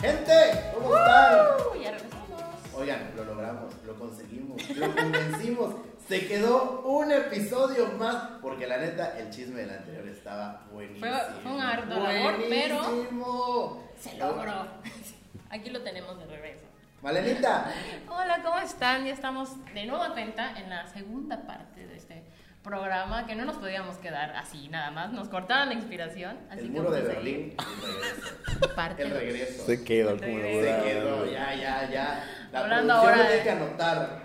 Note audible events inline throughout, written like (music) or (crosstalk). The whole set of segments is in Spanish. Gente, ¿cómo están? Uh, ya regresamos. Oigan, lo logramos, lo conseguimos, lo convencimos. Se quedó un episodio más porque la neta el chisme del anterior estaba buenísimo. Fue- fue un arduo labor, pero- Buenísimo. Se logró. Aquí lo tenemos de regreso. Malenita, Hola, ¿cómo están? Ya estamos de nuevo atenta en la segunda parte de este programa que no nos podíamos quedar así nada más. Nos cortaban la inspiración. Así el que pues, muro de vamos a seguir. Berlín, el regreso. Parte El dos. regreso. Se quedó como Se Se la quedó, ya, ya, ya. La Hablando producción ahora lo tiene de- que anotar.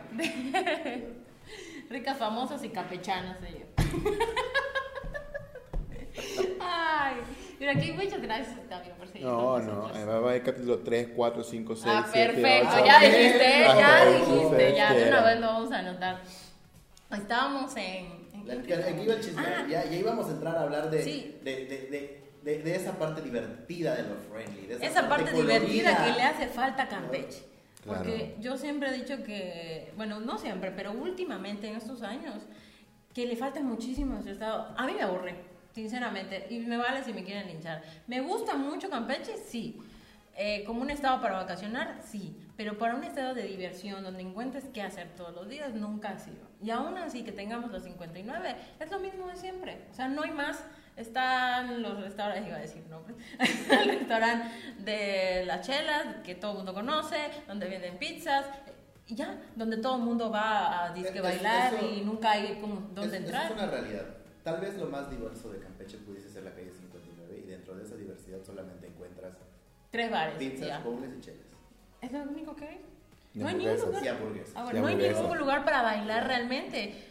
Ricas, famosas y eh. campechanas de (laughs) Ay, pero aquí muchas gracias también por seguir No, con no, nosotros. ahí va a haber capítulo 3, 4, 5, 6, Ah, 7, perfecto, 8. ya dijiste, ya Hasta dijiste, ya de una quiera. vez lo vamos a anotar. Estábamos en. Ah, ¿en qué Aquí estábamos? aquí iba el chisme, ya, ya íbamos a entrar a hablar de, Sí. de, de, de, de- de esa parte divertida de los friendly. De esa, Esa parte divertida colorida. que le hace falta a Campeche. Claro. Porque yo siempre he dicho que, bueno, no siempre, pero últimamente en estos años, que le falta muchísimo a su estado. A mí me aburre, sinceramente, y me vale si me quieren linchar. ¿Me gusta mucho Campeche? Sí. Eh, como un estado para vacacionar, sí, pero para un estado de diversión donde encuentres qué hacer todos los días, nunca ha sido. Y aún así que tengamos los 59, es lo mismo de siempre. O sea, no hay más. Están los restaurantes, iba a decir nombres, (laughs) el restaurante de las chelas que todo el mundo conoce, donde venden pizzas, y ya, donde todo el mundo va a disque Es- bailar eso- y nunca hay como Es- dónde es entrar. una realidad. Tal vez lo más diverso de Campeche pudiese ser la calle 59 y dentro de esa diversidad solamente encuentras Tres bares. pizzas, ya. bowls y chelas. Es lo único que hay. Y No hay ningún hamburguesas. lugar. Y hamburguesas. Ah, bueno, Y no hay hamburguesas. ningún lugar para bailar realmente.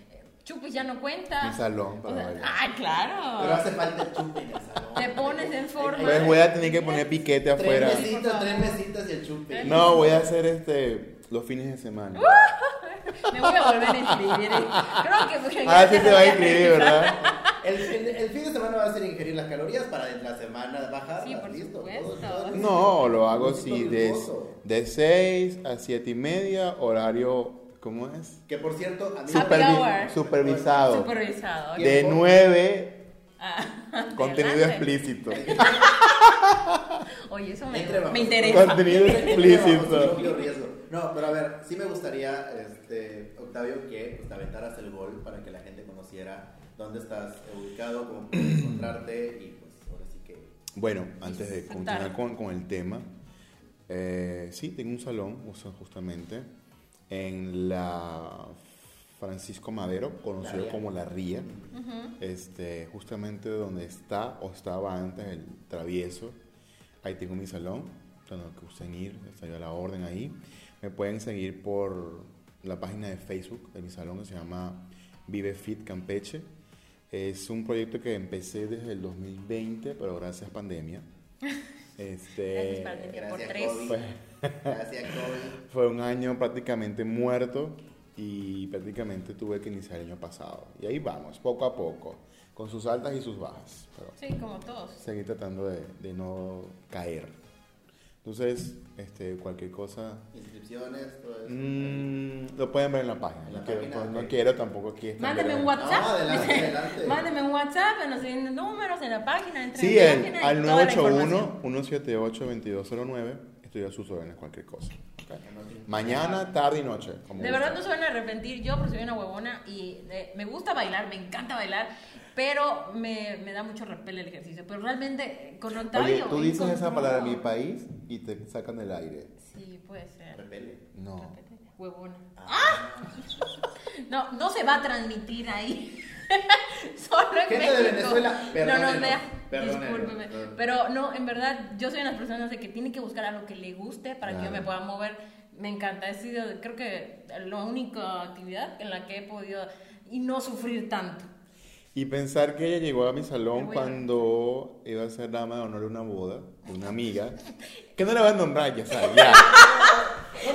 Chupis ya no cuenta. Un salón para O sea, bailar. Ah, Pero claro. hace falta el chupe en el salón. Te pones en forma. Pues voy a tener que poner piquete Tres afuera. meses. mesitas, tres mesitas y el chupe. No, voy a hacer este los fines de semana. Me voy a volver a inscribir. Creo que voy Ahora Ah, sí se va a inscribir, (laughs) ¿verdad? El, el- el fin de semana va a ser ingerir las calorías para en la semana bajar. Sí, por listo, supuesto. No, lo hago así Listo, de, hermoso. de 6 a 7 y media, horario, ¿cómo es? Que por cierto, a mí Happy Supervi- hour. supervisado. Supervisado. ok. De 9, Ah, contenido adelante. explícito. Oye, eso me, Entre me vamos. interesa. contenido Bajo su explícito. propio riesgo. No, pero a ver, sí me gustaría, este, Octavio, que pues, te aventaras el gol para que la gente conociera dónde estás ubicado, cómo puedes encontrarte y pues ahora sí que... Bueno, antes de Saltar. continuar con, con el tema, eh, sí, tengo un salón, o sea, justamente, en la Francisco Madero, conocido La Ría. como La Ría, este, justamente donde está o estaba antes el travieso. Ahí tengo mi salón, donde que gusten ir, estoy a la orden ahí. Me pueden seguir por la página de Facebook de mi salón que se llama Vive Fit Campeche. Es un proyecto que empecé desde el 2020, pero (laughs) gracias pandemia. Este, Gracias, pandemia. Por Gracias, tres. COVID. Gracias, COVID. fue un año prácticamente muerto y prácticamente tuve que iniciar el año pasado. Y ahí vamos, poco a poco, con sus altas y sus bajas. Pero Sí, como todos. seguí tratando de, de no caer. Entonces, este, cualquier cosa Inscripciones, todo eso. mm, lo pueden ver en la página. En la no, quiero, página, no- no ok. quiero tampoco aquí. estar- Mándeme un No, WhatsApp. adelante, adelante. Mándeme un WhatsApp en los siguientes números, en la página, entre Sí, mi el, página y al toda la información. 981-178-2209. Estoy a sus órdenes, cualquier cosa. ok. Que no te- Mañana, tarde y noche. como De gusten. verdad no se van a arrepentir, yo porque soy una huevona y eh, me gusta bailar, me encanta bailar, pero me, me da mucho repel el ejercicio. Pero realmente eh, con Octavio... Oye, tú dices esa encontró- palabra en mi país y te sacan del aire. Sí, puede ser. Repele. No. Huevona. Ah. (laughs) No, no se va a transmitir ahí. (laughs) Solo en Gente de México. Venezuela, no perdónenos, nos vea. perdónenos, Discúlpeme. perdónenos. Pero no, en verdad, yo soy una de las personas de que tiene que buscar algo que le guste para que yo Claro. me pueda mover. Me encanta, he sido, creo que, la única actividad en la que he podido y no sufrir tanto. Y pensar que ella llegó a mi Me salón voy a- cuando iba a ser dama de honor de una boda de una amiga. Que no la van a nombrar, ya sabes. (laughs)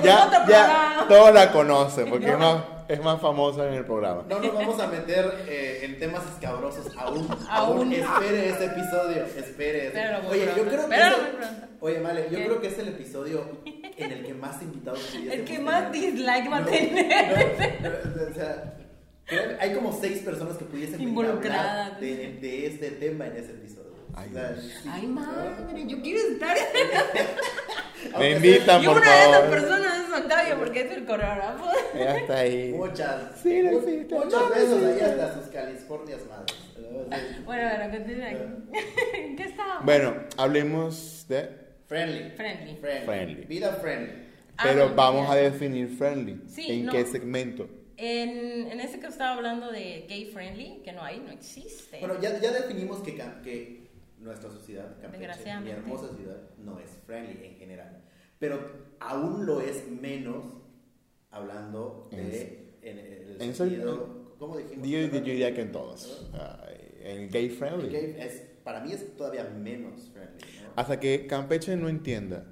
Ya, Otro ya, programa. ya todos la conocen porque es, más, es más famosa en el programa. No nos vamos a meter eh, en temas escabrosos (laughs) aún. Aún. aún. Espere ese episodio. Espere. ese- Espéralo muy Oye, yo pronto, creo que. espéralo muy pronto. Oye, Male, yo ¿Qué? creo que es el episodio en el que más invitados pudiésemos El que más tener. dislike va a No, tener. no, no, o sea, créeme, hay como seis personas que pudiesen venir a Involucradas. hablar de, de este tema en ese episodio. Ay, O sea, Dios. sí, Ay, ¿no? madre, (laughs) yo quiero estar. Me invitan, Y por una de esas favor. personas es Octavio porque es el coreógrafo. Ella está ahí. Muchas. Sí, lo mu- hiciste. Muchas Lo veces ahí hiciste. hasta sus Californias madres. Bueno, bueno, continúa. (laughs) ¿Qué estábamos? Eh. Bueno, hablemos de... Friendly. Friendly. Friendly. Vida friendly. Ah, Pero bueno, vamos a ya. definir friendly. Sí, ¿En no. qué segmento? En, en este que estaba hablando de gay friendly, que no hay, no existe. Bueno, ya, ya definimos que, Cam- que nuestra sociedad, Campeche, mi Desgraciadamente. hermosa ciudad, no es friendly en general. Pero aún lo es menos hablando de. En, el en sentido. ¿Cómo dijimos? Yo, yo diría que en todos. Ah, en gay El friendly. Ah, gay es- para mí es todavía menos friendly. ¿no? Hasta que Campeche no entienda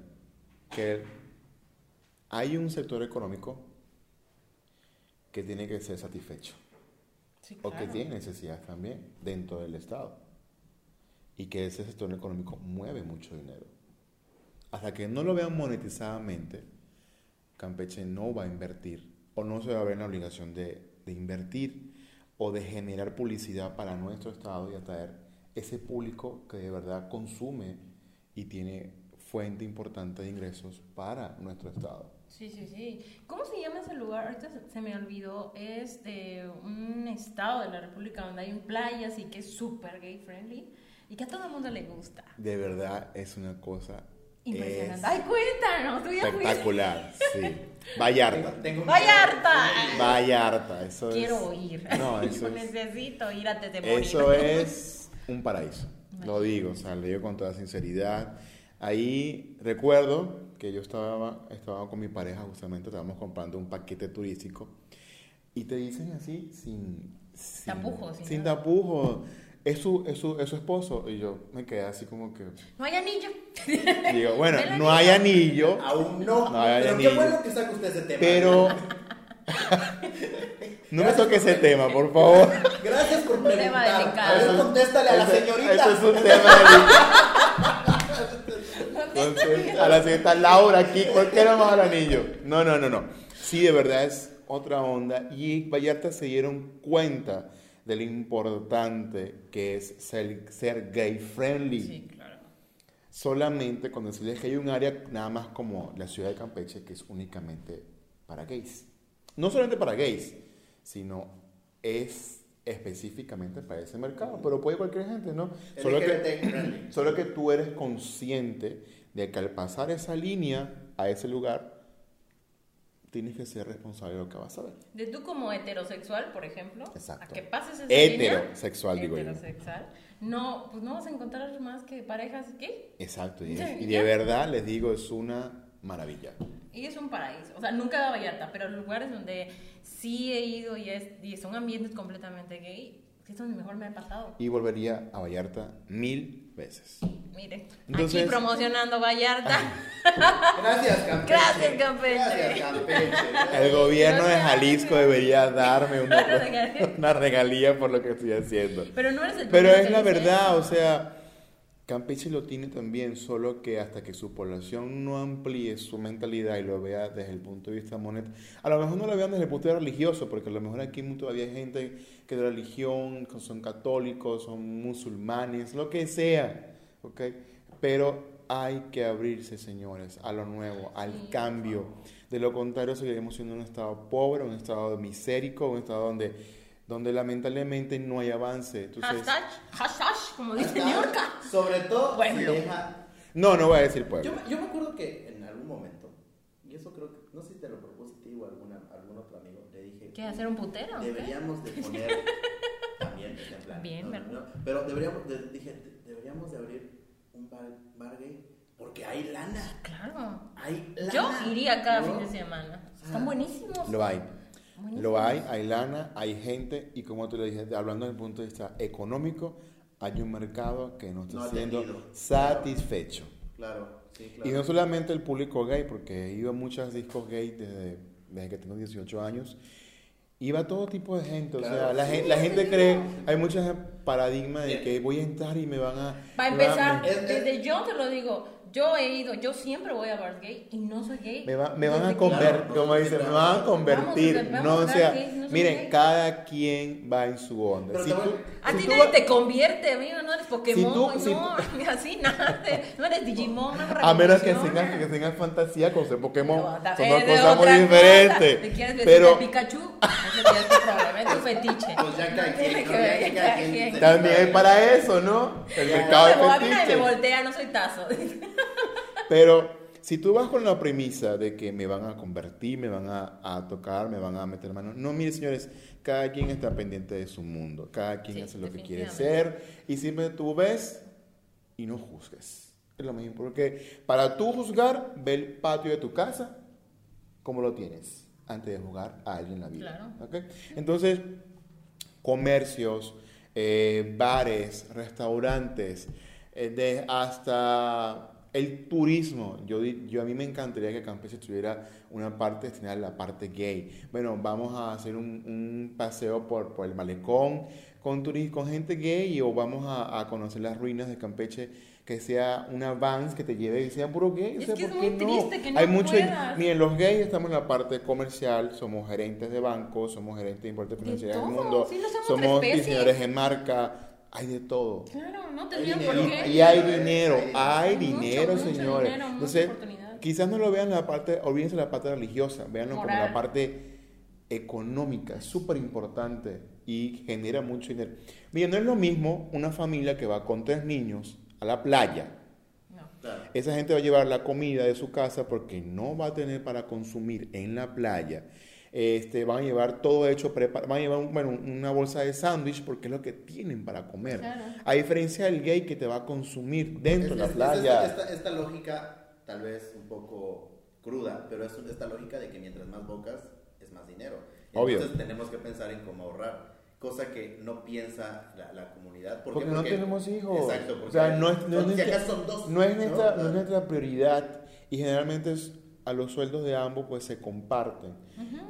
que hay un sector económico que tiene que ser satisfecho Sí, o que claro. tiene necesidades también dentro del Estado y que ese sector económico mueve mucho dinero. Hasta que no lo vean monetizadamente, Campeche no va a invertir o no se va a ver en la obligación de, de invertir o de generar publicidad para nuestro Estado y atraer ese público que de verdad consume y tiene fuente importante de ingresos para nuestro Estado. Sí, sí, sí. ¿Cómo se llama ese lugar? Ahorita se- se me olvidó. Es de un estado de la República donde hay un playa, así que es súper gay friendly y que a todo el mundo le gusta. De verdad es una cosa Impresionante. Ay, cuéntanos, tú es ya fuiste. espectacular, sí. Tengo- Vallarta. tengo un- ¡Vallarta! Vallarta, eso Quiero es. ir. No, eso (laughs) Yo es. necesito ir antes de morir. Eso es un paraíso. Lo Imagínate. digo, o sea, lo digo con toda sinceridad. Ahí recuerdo que yo estaba, estaba con mi pareja, justamente estábamos comprando un paquete turístico y te dicen así, sin. sin Tapujos, sin Sin, nada. tapujos. Es su, es, su, es su esposo. Y yo me quedé así como que. No hay anillo. (laughs) Digo, bueno, Ve la no hay anillo, Aún no. No, ya, ya pero ni- qué bueno que saca usted ese tema. pero. (laughs) no me Gracias toque ese por- tema, por favor. Gracias por tema preguntar. delicado. A ver, Eso- contéstale a la eso- señorita. Eso es un tema delicado. ¿Dónde está? (laughs) Entonces, a la señorita Laura aquí, cualquiera más al anillo. No, no, no, no. Sí, de verdad es otra onda. Y Vallarta se dieron cuenta de lo importante que es ser, ser gay friendly. Sí, claro. Solamente cuando decirles que hay un área nada más como la ciudad de Campeche que es únicamente para gays. No solamente para gays, sino es específicamente para ese mercado. Pero puede cualquier gente, ¿no? Solo que- LGBT friendly. Solo que tú eres consciente de que al pasar esa línea a ese lugar, tienes que ser responsable de lo que vas a ver. De tú como heterosexual, por ejemplo, Exacto. a que pases esa Heterosexual, línea, digo yo. heterosexual, no, pues no vas a encontrar más que parejas gay. Exacto. Y, Sí, y ya. de verdad les digo, es una maravilla. Y es un paraíso. O sea, nunca he ido a Vallarta, pero los lugares donde sí he ido y, es, y son ambientes completamente gay, es donde mejor me he pasado. Y volvería a Vallarta mil veces. Mire, Entonces- aquí promocionando Vallarta. Gracias, Campeche. Gracias, Campeche. Gracias, Campeche. El gobierno de Gracias. Jalisco debería (laughs) darme una, Una regalía. una regalía por lo que estoy haciendo. Pero no eres el Pero primero que es la dice "Ah". verdad, eso. o sea, Campeche lo tiene también, solo que hasta que su población no amplíe su mentalidad y lo vea desde el punto de vista monetario, a lo mejor no lo vean desde el punto de vista religioso, porque a lo mejor aquí todavía hay gente que de religión que son católicos, son musulmanes, lo que sea, ¿ok? Pero hay que abrirse, señores, a lo nuevo, al Sí, cambio. De lo contrario, seguiremos siendo un estado pobre, un estado misérico, un estado donde, donde lamentablemente no hay avance. Entonces, Hashtag, hashtag, como dice New York. Sobre todo, si Pueblo. deja. No, no voy a decir Yo, pueblo. me- yo me acuerdo que en algún momento, y eso creo que, no sé si te lo propuse a ti o a alguna, a algún otro amigo, le dije. ¿Qué? ¿Hacer un putero? o qué? Deberíamos de poner. (laughs) también, está en plan. Bien, no, no, ¿verdad? no, pero deberíamos, de- dije, de- deberíamos de abrir un bar, bar gay, porque hay lana. Claro. Hay lana. Yo iría cada ¿no? fin de semana. Están Ah. buenísimos. Lo hay. Buenísimos. Lo hay, hay lana, hay gente y como te lo dije, hablando desde el punto de vista económico, hay un mercado que no está No siendo atendido. satisfecho. Claro, sí, Y no claro. solamente el público gay, porque he ido a muchos discos gay desde, desde que tengo 18 años. Iba todo tipo de gente, o Claro. sea, la, gen- la Sí, gente sí, cree, no. hay muchos paradigmas de Bien. que voy a entrar y me van a... Para me van a- empezar, Es- es- desde yo te lo digo, yo he ido, yo siempre voy a bars gay y no soy gay. Me, va- me van a Desde que- convertir, Claro. como dicen, me van a convertir. Vamos, vamos, no, o cada sea, quien, no se miren, mire. cada quien va en su onda. Pero Si te tú- voy- A si ti tú nadie vas- te convierte, amigo, no eres Pokémon, tú- si no, (laughs) ni así nada, no eres Digimon, no A menos que revolucionas. tengas, que tengas fantasía con ser Pokémon, No, ta- son es dos de cosas muy otra diferentes. cosa. ¿Te quieres decir Pero a Pikachu? (laughs) Ese ya es tu problema, es tu fetiche. Pues ya cada No quien, tiene ¿no? Ya que ver, que este ya cada cada quien quien. se- también hay para eso, ¿no? El Ya. mercado de No, a mí nadie me fetiches. voltea, no soy tazo. (laughs) Pero si tú vas con la premisa de que me van a convertir, me van a, a tocar, me van a meter mano, no, mire señores, cada quien está pendiente de su mundo, cada quien Sí, hace lo que quiere definitivamente. ser y siempre tú ves y no juzgues. Es lo mismo, porque para tú juzgar, ve el patio de tu casa como lo tienes antes de jugar a alguien en la vida. Claro. ¿ok? Entonces, comercios, eh, bares, restaurantes, eh, de- hasta el turismo. Yo, di- yo a mí me encantaría que Campeche tuviera una parte destinada a la parte gay. Bueno, vamos a hacer un, un paseo por, por el malecón con, turi- con gente gay o vamos a, a conocer las ruinas de Campeche. Que sea una vans que te lleve y sea puro gay. o Es sea, que es ¿por muy qué triste que no Hay mucho, puedas. Miren, los gays estamos en la parte comercial, somos gerentes de bancos, somos gerentes de importes De financieros del todo, mundo, sí, no somos somos tres especies. diseñadores de marca, hay de todo. Claro, no Hay tendrían por dinero, qué. Y hay dinero, hay Hay mucho, dinero, mucho señores. dinero, mucha Entonces, oportunidad. quizás no lo vean en la parte, olvídense de la parte religiosa, veanlo como la Moral. parte económica, súper importante y genera mucho dinero. Miren, no es lo mismo una familia que va con tres niños a la playa. No. Claro. Esa gente va a llevar la comida de su casa porque no va a tener para consumir en la playa. Este, van a llevar todo hecho, prepar- van a llevar un- bueno, una bolsa de sándwich porque es lo que tienen para comer. Claro. A diferencia del gay que te va a consumir dentro de la Es- es- es playa. Esta, esta- esta lógica, tal vez un poco cruda, pero es esta lógica de que mientras más bocas, es más dinero. Obvio. Entonces tenemos que pensar en cómo ahorrar, cosa que no piensa la, la comunidad. ¿Por qué? porque no tenemos hijos. Exacto. Porque o sea, no es, no es son- si nuestra- acaso son dos. no es nuestra, ¿no? no es nuestra prioridad. Y generalmente es- a los sueldos de ambos pues se comparten.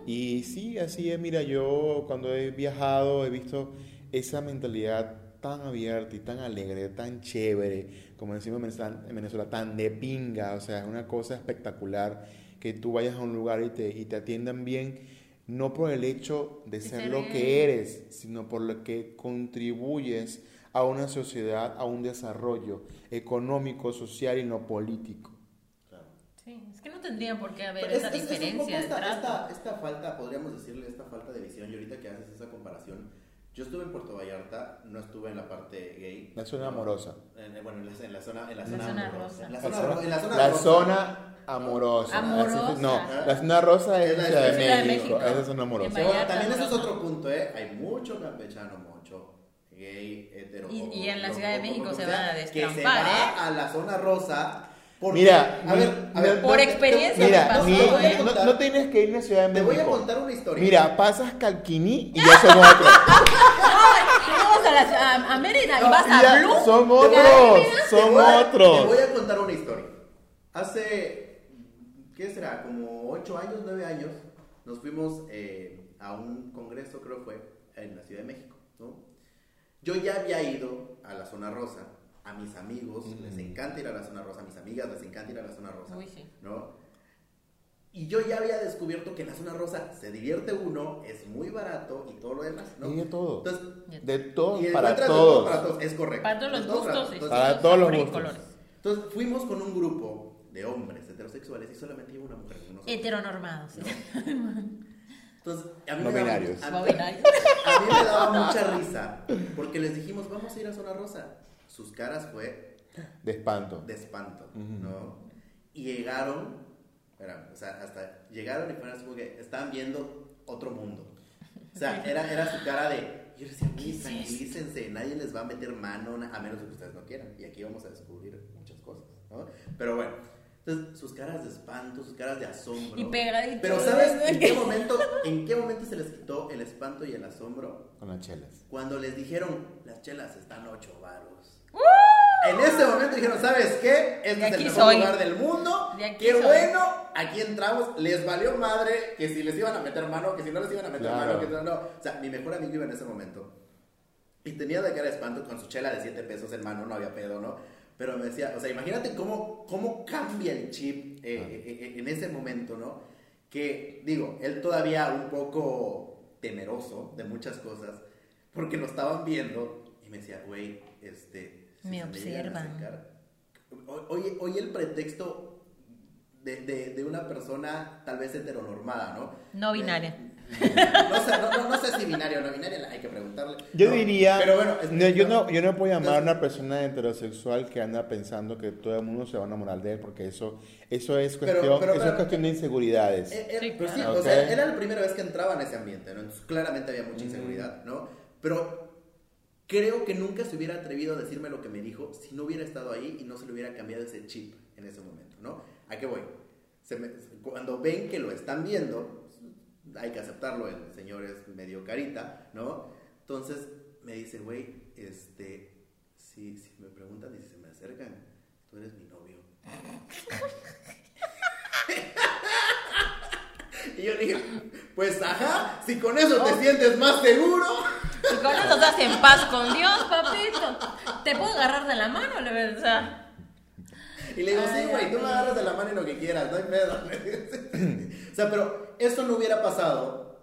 Y sí, así es. Mira, yo cuando he viajado he visto esa mentalidad tan abierta y tan alegre, tan chévere, como decimos en Venezan- en Venezuela, tan de pinga. O sea, es una cosa espectacular que tú vayas a un lugar y te, y te atiendan bien. No por el hecho de De ser ser lo gay. que eres, sino por lo que contribuyes a una sociedad, a un desarrollo económico, social y no político. Claro. Sí, es que no tendrían por qué haber Pero es- esa es- es un diferencia poco de esta, trato. esta- esta falta, podríamos decirle, esta falta de visión. Y ahorita que haces esa comparación, yo estuve en Puerto Vallarta, no estuve en la parte gay. La zona amorosa. En- en- bueno, en la, en la zona, en la La zona, zona amorosa. rosa. En la La zona, ro- en la zona la rosa. zona amorosa. Amorosa. Así se- no, la zona rosa es la Ciudad de México. Esa es zona amorosa. En Vallarta, Bueno, también eso es Amorosa. otro punto, ¿eh? Hay mucho campechano, mucho gay, hetero. Y- homo, y en la lo- Ciudad de lo- México lo- se o sea, van a Que se destrampar, ¿eh? va a la zona rosa. porque- Mira, a ver, a mi- ver. Por te- experiencia te- me no, Mira, pasó, mi- te voy a ¿eh? no, contar- no tienes que ir a la Ciudad de Te México. voy a contar una historia. Mira, pasas Calquiní y ya son (laughs) otros. No, tú vas a, las- a- a Mérida y vas a Ya Blue. son y otros, ahí Te miras, (laughs) son voy a- Te otros. voy a contar una historia. Hace, ¿qué será? Como 8 años, 9 años, nos fuimos eh, a un congreso, creo fue, en la Ciudad de México, ¿no? Yo ya había ido a la zona rosa, a mis amigos Mm. les encanta ir a la zona rosa, a mis amigas les encanta ir a la zona rosa, Uy, sí. ¿no? Y yo ya había descubierto que en la zona rosa se divierte uno, es muy barato y todo lo demás, ¿no? Y de todo. Entonces, De todos, y para encuentras de todo todos. para todos, es correcto. Para todos los De todo para gustos. todos. y Entonces, Para todos los sabores y gustos. colores. entonces fuimos con un grupo de hombres heterosexuales y solamente iba una mujer con nosotros. Heteronormados. ¿no? Entonces, a mí, No me daba, a, binarios. Abominable. a mí me daba mucha risa porque les dijimos, vamos a ir a Zona Rosa. Sus caras fue De espanto. de espanto, ¿no? Y llegaron, era, o sea, hasta llegaron y fueron así como que estaban viendo otro mundo. O sea, era, era su cara de, yo les decía, "Oye, tranquilícense, nadie les va a meter mano, na- a menos de que ustedes no quieran. Y aquí vamos a descubrir muchas cosas, ¿no? Pero bueno, entonces sus caras de espanto, sus caras de asombro. Y pegaditos. Pero ¿sabes en qué momento, en qué momento se les quitó el espanto y el asombro? Con las chelas. Cuando les dijeron, las chelas están ocho varos. En ese momento dijeron, ¿sabes qué? ¡Uh! Este De es el aquí mejor soy. lugar del mundo. De aquí qué soy. bueno, aquí entramos. Les valió madre que si les iban a meter mano, que si no les iban a meter Claro. mano, que no, no. O sea, mi mejor amigo iba en ese momento. Y tenía de cara de espanto con su chela de siete pesos en mano, no había pedo, ¿no? Pero me decía, o sea, imagínate cómo, cómo cambia el chip eh, eh, en ese momento, ¿no? Que, digo, él todavía un poco temeroso de muchas cosas, porque lo estaban viendo y me decía, güey, este... Me se llegan a observan. acercar". Hoy, hoy el pretexto de, de- de una persona tal vez heteronormada, ¿no? No De- binaria. (laughs) no, sé, no, no- no sé si binario o no binario, hay que preguntarle. Yo No, diría, Pero bueno, es- no, yo, no, yo no puedo llamar a Entonces- una persona heterosexual que anda pensando que todo el mundo se va a enamorar de él, porque eso, eso, es, Pero- cuestión, pero- eso es pero- cuestión de inseguridades. Eh, eh, Sí, pero sí, claro. o sea, Ok. era la primera vez que entraba en ese ambiente, ¿no? Entonces, claramente había mucha inseguridad, ¿no? Pero creo que nunca se hubiera atrevido a decirme lo que me dijo si no hubiera estado ahí y no se le hubiera cambiado ese chip en ese momento, ¿no? ¿A qué voy? Se me- cuando ven que lo están viendo, hay que aceptarlo, el señor es medio carita, ¿no? Entonces me dice, güey, este, si, si me preguntan y si se me acercan, tú eres mi novio. Y yo le dije, pues ajá, si con eso te sientes más seguro. (laughs) Y con eso estás en paz con Dios, papito. Te puedo agarrar de la mano, la verdad. Y le digo, Ay, sí, güey, tú me agarras de la mano y lo que quieras, no hay pedo. (laughs) o sea, pero eso no hubiera pasado.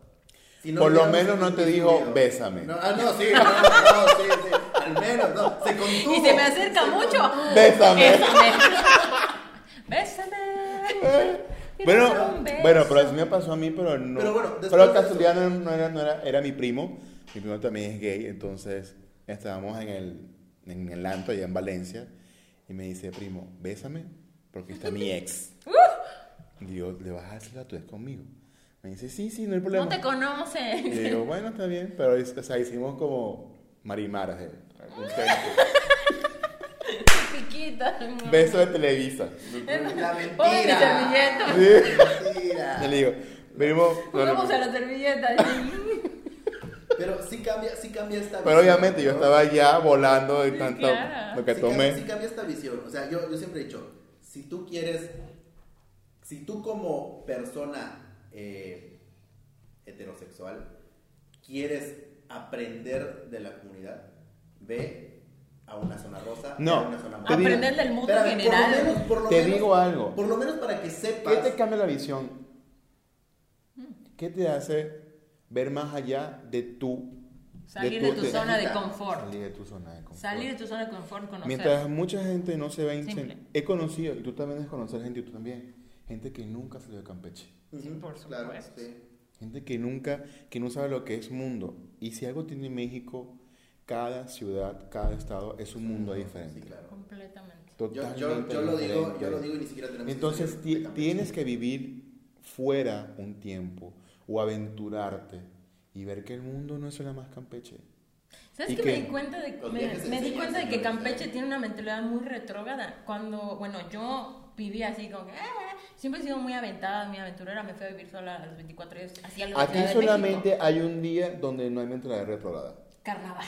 si Por lo hubiéramos menos no te dijo, discutido. "Bésame". No, ah, no, sí, no, no, no, sí, sí. Al menos, no. Se contuvo. Y se me acerca mucho. (laughs) Bésame. Bésame. Bésame. Eh, Quiero Bueno, dar un beso. bueno, pero eso me pasó a mí, pero no. Pero bueno, después pero de casualidad no, no era, no era, era mi primo. Mi primo también es gay, entonces estábamos en el, en el Anto, allá en Valencia, y me dice, primo, bésame, porque está (laughs) mi ex. Uh. Y Digo, ¿le vas a decir a tu ex conmigo? Me dice, sí, sí, no hay problema. No te (laughs) Y conoce. le digo, bueno, está bien, pero es- o sea, hicimos como (laughs) marimaras, eh, un Piquita. beso de Televisa. (laughs) La Ponme mi mentira. servilleta. Sí. Mentira. Y le digo, primo, no, no, Jugamos a la servilleta. Pero sí cambia, sí cambia esta Pero visión, obviamente yo ¿no? estaba ya volando de Sí, tanto claro. lo que Sí tomé. cambia- sí cambia esta visión. O sea, yo, yo siempre he dicho, si tú quieres, si tú como persona eh, heterosexual quieres aprender de la comunidad, ve a una zona rosa, ve No, a una zona te digo- Aprender del mundo Espérame, por lo general. menos- por lo Te menos- digo algo. Por lo menos para que sepas. ¿Qué te cambia la visión? Mm. ¿Qué te hace ver más allá de tu Salir de tu de- zona de Salir confort. Salir de tu zona de confort. Salir de tu zona de confort, conocer. Mientras mucha gente no se ve Simple. He conocido, y tú también has conocido gente, y tú también, gente que nunca salió de Campeche. Sí, por Claro, supuesto. sí. Gente que nunca, que no sabe lo que es mundo. Y si algo tiene México, cada ciudad, cada estado es un mundo Sí, diferente. claro. Completamente. Yo, Totalmente yo- yo lo digo, diferente. yo lo digo y ni siquiera tenemos que Entonces salir ti- de Campeche. tienes que vivir fuera un tiempo o aventurarte y ver que el mundo no es solo más Campeche. ¿Sabes ¿Y que qué? me di cuenta de, Los me, viajes me di enseñan, cuenta de que señores, Campeche ¿eh? tiene una mentalidad muy retrógrada? Cuando, bueno, yo vivía así como que, "Ah", siempre he sido muy aventada, muy aventurera, me fui a vivir sola a los 24 años, hacía algo Aquí solamente hay un día donde no hay mentalidad retrograda. Carnaval.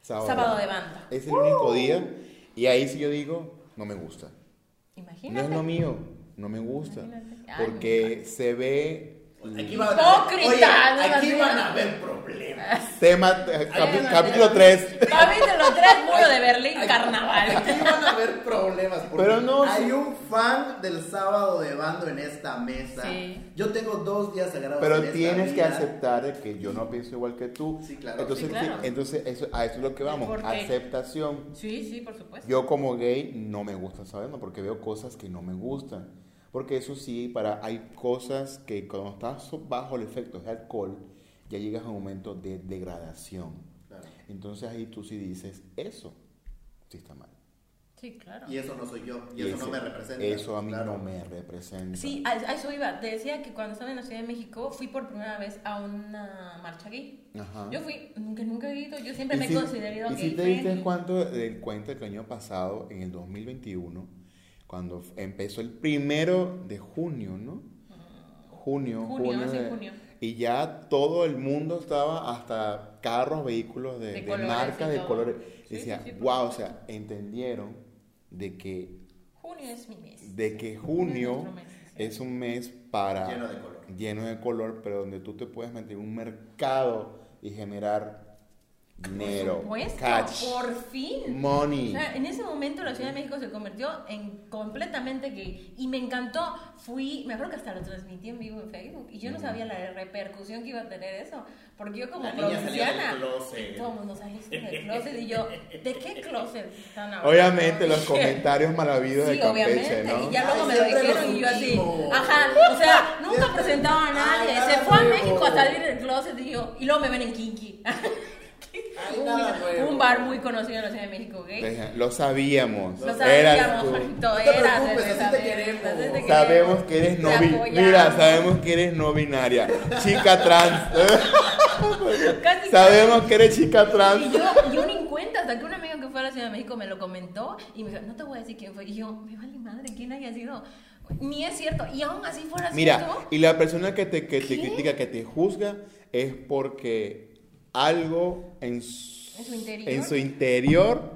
Sábado, Sábado de banda. ¡Uh! Es el único día y ahí sí yo digo, no me gusta. No Imagínate. es lo mío, no me gusta. Imagínate. Ay, Porque se ve Pues Aquí van a, Hipócrita, Oye, no aquí digas van nada. a haber problemas. (laughs) tema, eh, Ay, capi- no, capítulo no. 3. Capítulo 3, muro de Berlín, Aquí- carnaval. Aquí van a haber problemas. Porque Pero no, Hay sí. un fan del sábado de bando en esta mesa. Sí. Yo tengo dos días sagrados. en Pero esta tienes que vida. aceptar de que yo no pienso igual que tú. Sí, claro. Entonces, Sí, claro. sí, entonces eso, a eso es lo que vamos, ¿Por qué? aceptación. Sí, sí, por supuesto. Yo como gay no me gusta saberlo porque veo cosas que no me gustan. Porque eso sí, para, hay cosas que cuando estás so- bajo el efecto de alcohol, ya llegas a un momento de degradación. Claro. Entonces ahí tú sí dices, eso sí está mal. Sí, claro. Y eso no soy yo. Y, eso ese- no me representa. Eso a mí Claro. no me representa. Sí, a, a eso iba. Te decía que cuando estaba en la Ciudad de México fui por primera vez a una marcha gay. Ajá. Yo fui, nunca, nunca he ido, yo siempre ¿Y me si- he considerado ¿Y gay. si te friendly. diste cuánto del cuenta que el año pasado, en el 2021, cuando f- empezó el primero de junio, ¿no? Junio, Junio, junio, sí, de- junio. Y ya todo el mundo estaba, hasta carros, vehículos de, De de, colores marca, y de todo. colores. Sí, Decía, sí, sí, por wow, o sea, entendieron de que, Junio es mi mes. de que es junio nuestro mes, sí. es un mes para... Lleno de color. lleno de color, pero donde tú te puedes meter en un mercado y generar Dinero. Puesto, Catch. por fin. O Money. sea, en ese momento la Ciudad de México se convirtió en completamente gay. Y me encantó. Fui, me acuerdo que hasta lo transmití en vivo en Facebook. Y yo Mm. no sabía la repercusión que iba a tener eso. Porque yo como La niña salía del provinciana. closet. Todo el mundo salía del closet. Y yo, ¿de qué closet están hablando? Obviamente (laughs) los Dije, comentarios malavidos Sí, de Campeche, obviamente. ¿no? Y ya luego Ay, me lo siempre dijeron los y yo así. últimos. Ajá. O sea, nunca Siempre. presentaba a nadie. Ay, Se nada fue a nuevo. México a salir del closet y yo. Y luego me ven en Kinky. (laughs) Ay, nada un, nuevo. un bar muy conocido en la Ciudad de México gay. Deja- Lo sabíamos. Lo Eras sabíamos, tú. Juanito, No te eras preocupes, de así saber, te queremos. así te queremos. Sabemos que eres no Te binaria. apoyamos. Mira, sabemos que eres no binaria. Chica trans. Casi- sabemos que eres chica Y trans. yo, yo ni en cuenta, hasta que un amigo que fue a la Ciudad de México me lo comentó y me dijo, no te voy a decir quién fue. Y yo, me vale madre quién haya sido. Ni es cierto. Y aún así fuera Mira, cierto. y la persona que te, que te ¿Qué? critica, que te juzga, es porque algo en su, En su interior. en su interior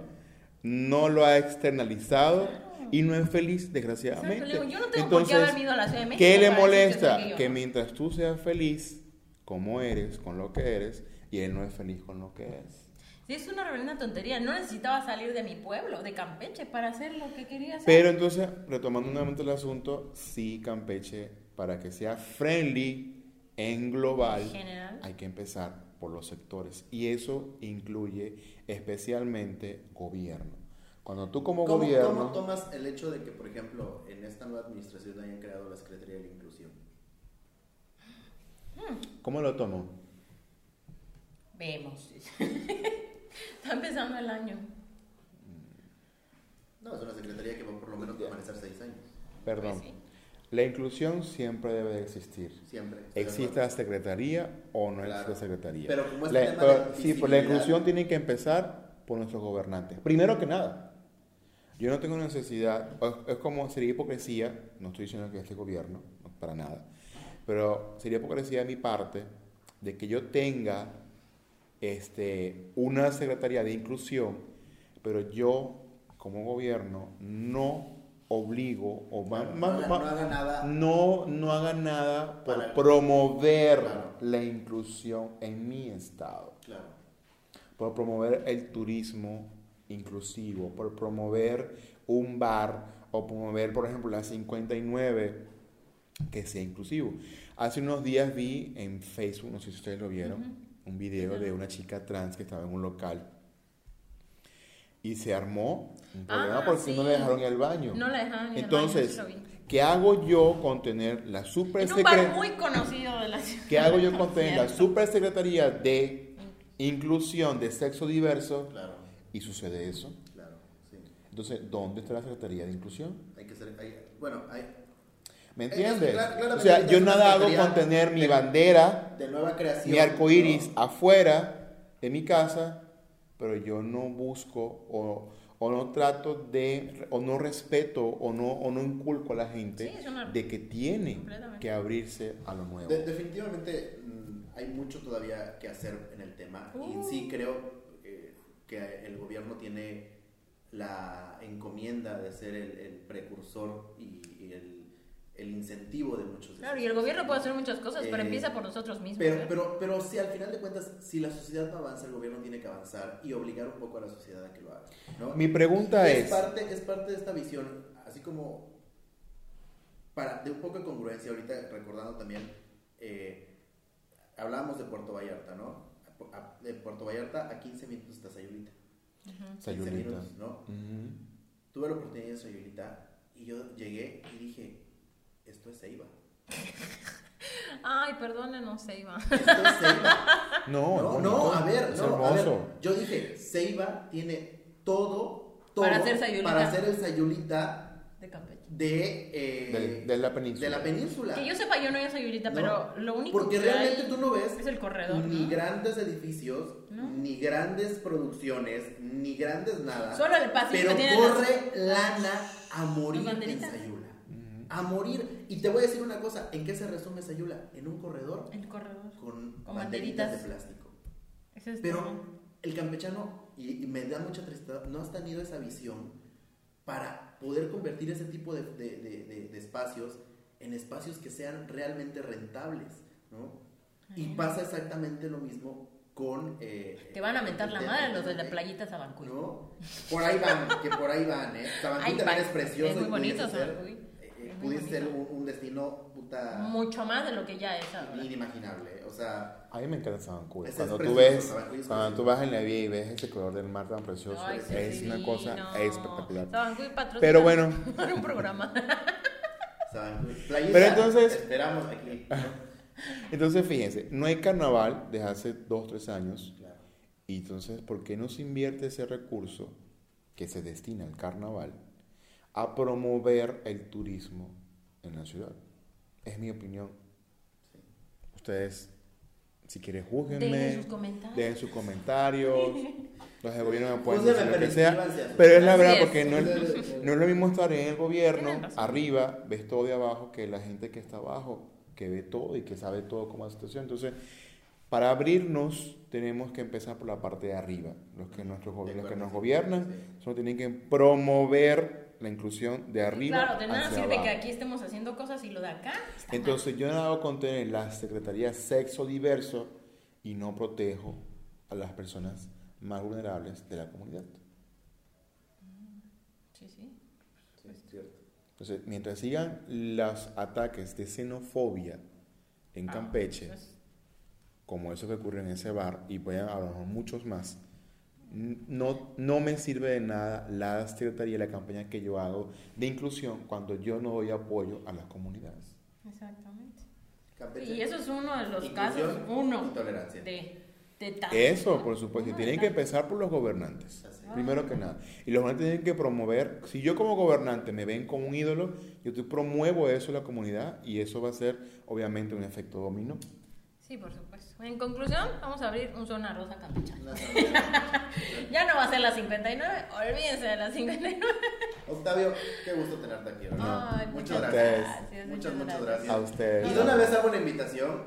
no lo ha externalizado y no es feliz, desgraciadamente. Exacto, le digo, yo no tengo por qué haber venido a la Ciudad de México ¿Qué para le decir que molesta? soy gay o que no. mientras tú seas feliz como eres, con lo que eres, y él no es feliz con lo que es. Sí, es una reverenda tontería. No necesitaba salir de mi pueblo, de Campeche, para hacer lo que quería hacer. Pero entonces, retomando nuevamente el asunto, sí, Campeche, para que sea friendly en global, General. hay que empezar por los sectores. Y eso incluye especialmente gobierno. Cuando tú como ¿Cómo, gobierno... cómo tomas el hecho de que, por ejemplo, en esta nueva administración hayan creado la Secretaría de la Inclusión? ¿Cómo lo tomo? Vemos. (laughs) Está empezando el año. pues No, es una secretaría que va por lo menos a permanecer seis años. Perdón. Pues sí. La inclusión siempre debe de existir. Siempre. estoy de Exista acuerdo. secretaría o no Claro. exista secretaría. Pero como es La- tema pero- de sí, pues la visibilidad- inclusión tiene que empezar por nuestros gobernantes. Primero que nada, yo no tengo necesidad, o- es como sería hipocresía, no estoy diciendo que este gobierno, no, para nada, pero sería hipocresía de mi parte de que yo tenga este, una secretaría de inclusión, pero yo como gobierno no obligo o ma- Claro, ma- no haga- ma- no haga nada. no, no haga nada por Para- promover Claro. la inclusión en mi estado, Claro. por promover el turismo inclusivo, por promover un bar o promover, por ejemplo, la 59 que sea inclusivo. Hace unos días vi en Facebook, no sé si ustedes lo vieron, un video de una chica trans que estaba en un local y se armó un problema Ah, porque no le sí. dejaron ir al baño. No la dejaron ir al baño, Entonces, sí lo vi. ¿qué hago yo con tener la super pues, en un bar muy conocido de la ciudad. ¿Qué hago yo con tener la Cierto. supersecretaría de inclusión de sexo diverso? Claro. Y sucede eso. Claro. Sí. Entonces, ¿dónde está la secretaría de inclusión? Hay que ser. hay- bueno, hay. ¿Me Es- entiendes? clar- o Eh, claramente sea, es yo una nada hago secretaría con tener mi de- bandera, De nueva creación. mi arco iris ¿no? afuera de mi casa, pero yo no busco o, o no trato de, o no respeto o no, o no inculco a la gente Sí, es una- de que tiene Completamente. que abrirse a lo nuevo. De- definitivamente mm, hay mucho todavía que hacer en el tema. Uh. Y sí creo eh, que el gobierno tiene la encomienda de ser el, el precursor y, y el, el incentivo de muchos. de Claro, esos y el gobierno temas. puede hacer muchas cosas, pero Eh, empieza por nosotros mismos. Pero, ¿eh? pero, pero si al final de cuentas, si la sociedad no avanza, el gobierno tiene que avanzar y obligar un poco a la sociedad a que lo haga. ¿no? Mi pregunta Y es- parte, es parte de esta visión, así como para, de un poco de congruencia, ahorita recordando también, eh, hablábamos de Puerto Vallarta, ¿no? A- a- de Puerto Vallarta a 15 minutos está Sayulita. 15 Sayulita. minutos, ¿no? Ujú. Tuve la oportunidad de ir a Sayulita y yo llegué y dije, esto es Ceiba. Ay, perdónenos, Seiba. Esto es Ceiba. (laughs) No, No, es no, Oh, bonito, a ver, es no, a ver. hermoso. Yo dije, Ceiba tiene todo, todo Para hacer sayulita. para hacer el sayulita De Campeche. de, eh, De- de la península. de la península. Que yo sepa, yo no soy Sayulita, No, pero lo único Porque que realmente hay tú no ves es el corredor. ni ¿no? grandes edificios, No. ni grandes producciones, ni grandes nada. Solo el pasillo Pero que tiene corre lana a morir las en banderitas. Sayula. A morir. Y te voy a decir una cosa, ¿en qué se resume Sayula? En un corredor El corredor. con, Con banderitas de banderitas. plástico. Ese es Pero todo. el campechano, y, y me da mucha tristeza, no has tenido esa visión para poder convertir ese tipo de, de- de- de- de espacios en espacios que sean realmente rentables, ¿no? Y pasa exactamente lo mismo con... eh, Te van a mentar la de- madre los de la eh, playita Sabancuy. ¿no? Por ahí van, que por ahí van, ¿eh? Sabancú Ahí también van. es precioso. Es muy y pudiese bonito ser, Sabancú. eh, eh, Es muy Pudiese ser un, bonito. un destino puta Mucho más de lo que ya es ahora. inimaginable. ¿eh? O sea, A mí me encanta Sabancuy. Ese es Cuando tú precioso, ves, Sabancuy es cuando tú precioso. vas en la vía y ves ese color del mar tan precioso, Ay, sí, es sí, una cosa no. espectacular. Sabancuy patrocina Pero bueno. (laughs) un programa. Sabancú, playita, Pero entonces- Ah. te esperamos aquí. Entonces, fíjense, no hay carnaval desde hace 2, 3 años. Claro. Y entonces, ¿por qué no se invierte ese recurso que se destina al carnaval a promover el turismo en la ciudad? Es mi opinión. Ustedes, si quieren, júzguenme. Dejen sus comentarios. Dejen sus comentarios. Los del gobierno me pueden decir Júzguenme, lo pero que sea. inscríbanse a sus- Pero es la Así verdad, es. porque no es, eh, no es lo mismo estar en el gobierno, Tienen razón. arriba, ves todo de abajo, que la gente que está abajo, que ve todo y que sabe todo cómo es la situación. Entonces, para abrirnos, tenemos que empezar por la parte de arriba. Los que, nuestros, De gobi- los que acuerdo, nos sí. gobiernan, solo tienen que promover la inclusión de arriba. Claro, de nada hacia sirve que abajo. aquí estemos haciendo cosas y lo de acá. está Entonces, yo no hago con tener la Secretaría Sexo Diverso y no protejo a las personas más vulnerables de la comunidad. mal. Sí, sí. Sí, es cierto. Entonces, mientras sigan los ataques de xenofobia en Ah, Campeche, pues, como eso que ocurre en ese bar, y vayan a lo mejor muchos más, n- no, no me sirve de nada la secretaría, la campaña que yo hago de inclusión cuando yo no doy apoyo a las comunidades. exactamente. Campeche, Y eso es uno de los inclusión casos, y uno tolerancia. de, de tantos, Eso, ¿no? por supuesto, y Uno de tienen que tantos. empezar por los gobernantes. Así. Primero que nada. Y los gobernantes tienen que promover, si yo como gobernante me ven como un ídolo, yo te promuevo eso en la comunidad y eso va a ser obviamente un efecto dominó. Sí, por supuesto. En conclusión, vamos a abrir un zona rosa campechana. Una asamblea. (laughs) Ya no va a ser la 59, olvídense de la 59. Octavio, qué gusto tenerte aquí, ¿verdad? Ay, muchas muchas gracias. gracias, Muchas, muchas muchas gracias. gracias. A ustedes. Y de una vez hago una invitación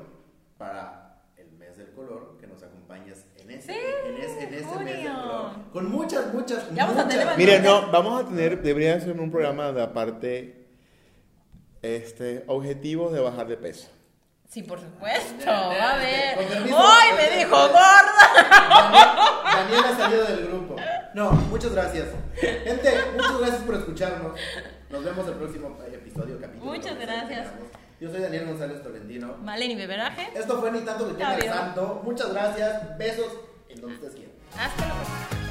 para el mes del color, que nos acompañes en ese, Sí, en ese, en ese mes del junio. color. Con muchas, muchas, Ya vamos a muchas- tener más Mire, no, vamos a tener, debería ser un programa de aparte, este, objetivos de bajar de peso. Sí, por supuesto, va a haber. Con permiso. ¡Ay, me dijo gorda! Daniel, Daniel ha salido del grupo. No, muchas gracias. Gente, muchas gracias por escucharnos. Nos vemos el próximo episodio, capítulo. Muchas donde gracias. tengamos. Yo soy Daniel González Tolentino. Maleni Beberaje, Esto fue ni tanto que tenga el Octavio. santo. Muchas gracias. Besos en donde ustedes quieran. hasta la próxima.